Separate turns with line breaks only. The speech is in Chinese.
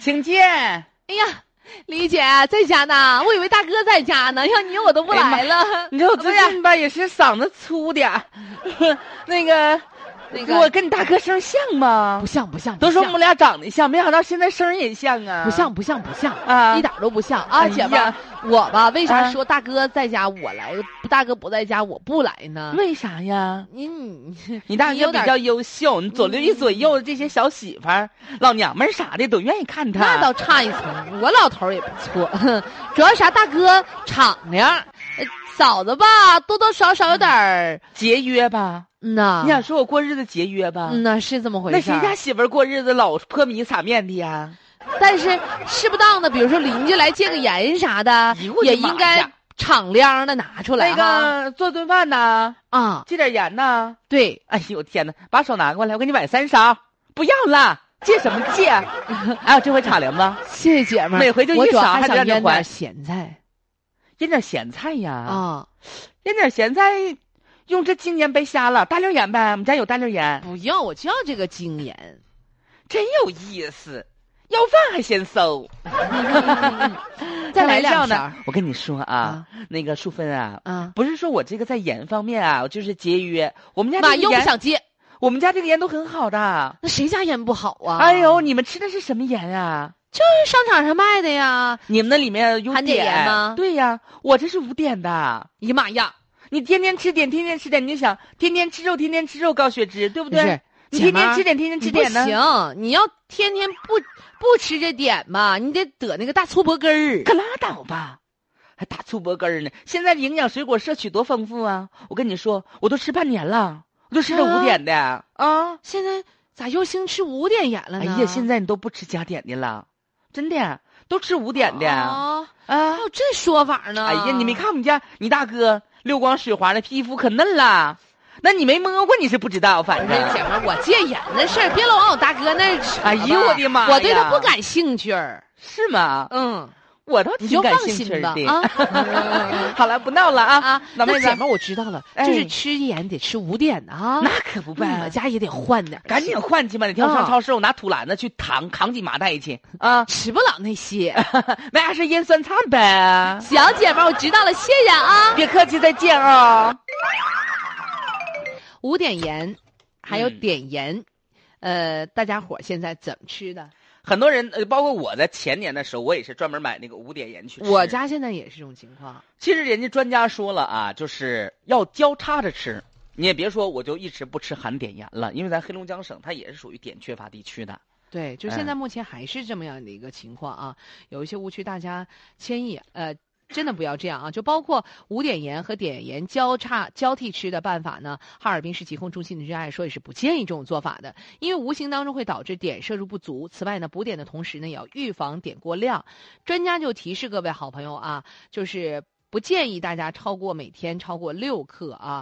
请进。
哎呀，李姐啊在家呢，我以为大哥在家呢，哎要你我都不来了。
你知道我最近吧，也是嗓子粗点儿， 那个，
那
我
个
跟你大哥声像吗
不？像不像，
都说我
不像
们俩长得像，没想到现在声也像啊！
不像不像不像
啊
一点都不像
哎
啊，
呀
姐们儿，我吧为啥
啊
说大哥在家我来，大哥不在家我不来呢？
为啥呀？
你你
你大
你
哥
有
比
点
较优秀，你左邻右左右这些小媳妇儿、老娘们儿啥的都愿意看他。
那倒差一层，我老头儿也不 错，主要啥大哥敞亮，呃嫂子吧多多少少有点儿
节约吧？
嗯呐
你，想说我过日子节约吧？
嗯呐是这么回
那
事
谁家
儿，
媳妇儿过日子老泼米撒面的呀？
但是适不当的，比如说邻居来借个盐啥的
哎呦我，的
也
妈
应该
呀
敞亮的拿出来
那
哈
个做顿饭呐，
啊，
借点盐呐。
对，
哎呦我天哪！把手拿过来，我给你买三勺。不要了，借什么 借？哎，我这回敞亮吧，
谢谢姐们儿，
每回就
我
一
主要
勺
还
还得
想
让你
腌
还
点咸菜
腌点咸菜呀。
啊，
腌点咸菜，用这金盐白瞎了，大溜盐呗。我们家有大溜盐，
不要，我就要这个精盐。
真有意思。要饭还嫌馊，
再
开
来
玩
两
笑
勺
呢
儿。
我跟你说啊，那个淑芬啊，
啊，
不是说我这个在盐方面啊，我就是节约。我们家
妈
这个
又不
盐，
想接，
我们家这个盐都很好的。
那谁家腌不好啊？
哎呦，你们吃的是什么盐啊？
就是商场上卖的呀。
你们那里面有
含碘盐吗
对呀、我这是无碘的。
哎呀妈呀！
你天天吃碘，天天吃碘，你就想天天吃肉，天天吃肉高血脂，对不对？你
是姐
天
们儿
天吃碘，天天吃
你不
碘呢？
行，你要天天不不吃这点吧，你得得那个大粗脖根儿。
可拉倒吧，还打醋脖根儿呢。现在营养水果摄取多丰富啊！我跟你说，我都吃半年了，我都吃了
啊
五点的啊！
现在咋又兴吃五点盐了
哎
呢？
呀，现在你都不吃加点的了，真的都吃五点的啊！
啊，还有这说法呢？
哎呀，你没看我们家你大哥溜光水滑的皮肤可嫩了，那你没摸过你是不知道，反
不是姐
正。
们儿，我戒盐的事儿，别老往我大哥那儿扯吧。
哎呦我的妈呀
我对他不感兴趣儿。
是吗？
嗯，
我倒
你
挺
就
感
放
兴
心
趣
吧
的。
啊
好了，不闹了啊！
啊，
老妹
那
子
姐，们儿我知道了，
哎
就是吃盐得吃五点的啊。
那可不呗
我，家也得换点儿去，
赶紧换去吧！哪天我
啊
上超市，我拿土篮子去扛扛几麻袋去啊！
吃不了那些。
那还是腌酸菜呗。
小姐们儿，我知道了，谢谢 啊。
别客气，再见啊、
五点盐，还有
嗯
碘盐，呃，大家伙儿现在怎么吃的？
很多人，呃，包括我在前年的时候，我也是专门买那个五碘盐去吃。
我家现在也是这种情况，
其实人家专家说了啊，就是要交叉着吃。你也别说，我就一直不吃含碘盐了，因为咱黑龙江省它也是属于碘缺乏地区的。
对，就现在目前还是这么样的一个情况啊。有一些误区，大家千亿呃。真的不要这样啊！就包括五碘盐和碘盐交叉交替吃的办法呢，哈尔滨市疾控中心的专家也说也是不建议这种做法的，因为无形当中会导致碘摄入不足。此外呢，补碘的同时呢，也要预防碘过量。专家就提示各位好朋友啊，就是不建议大家超过每天超过六克啊。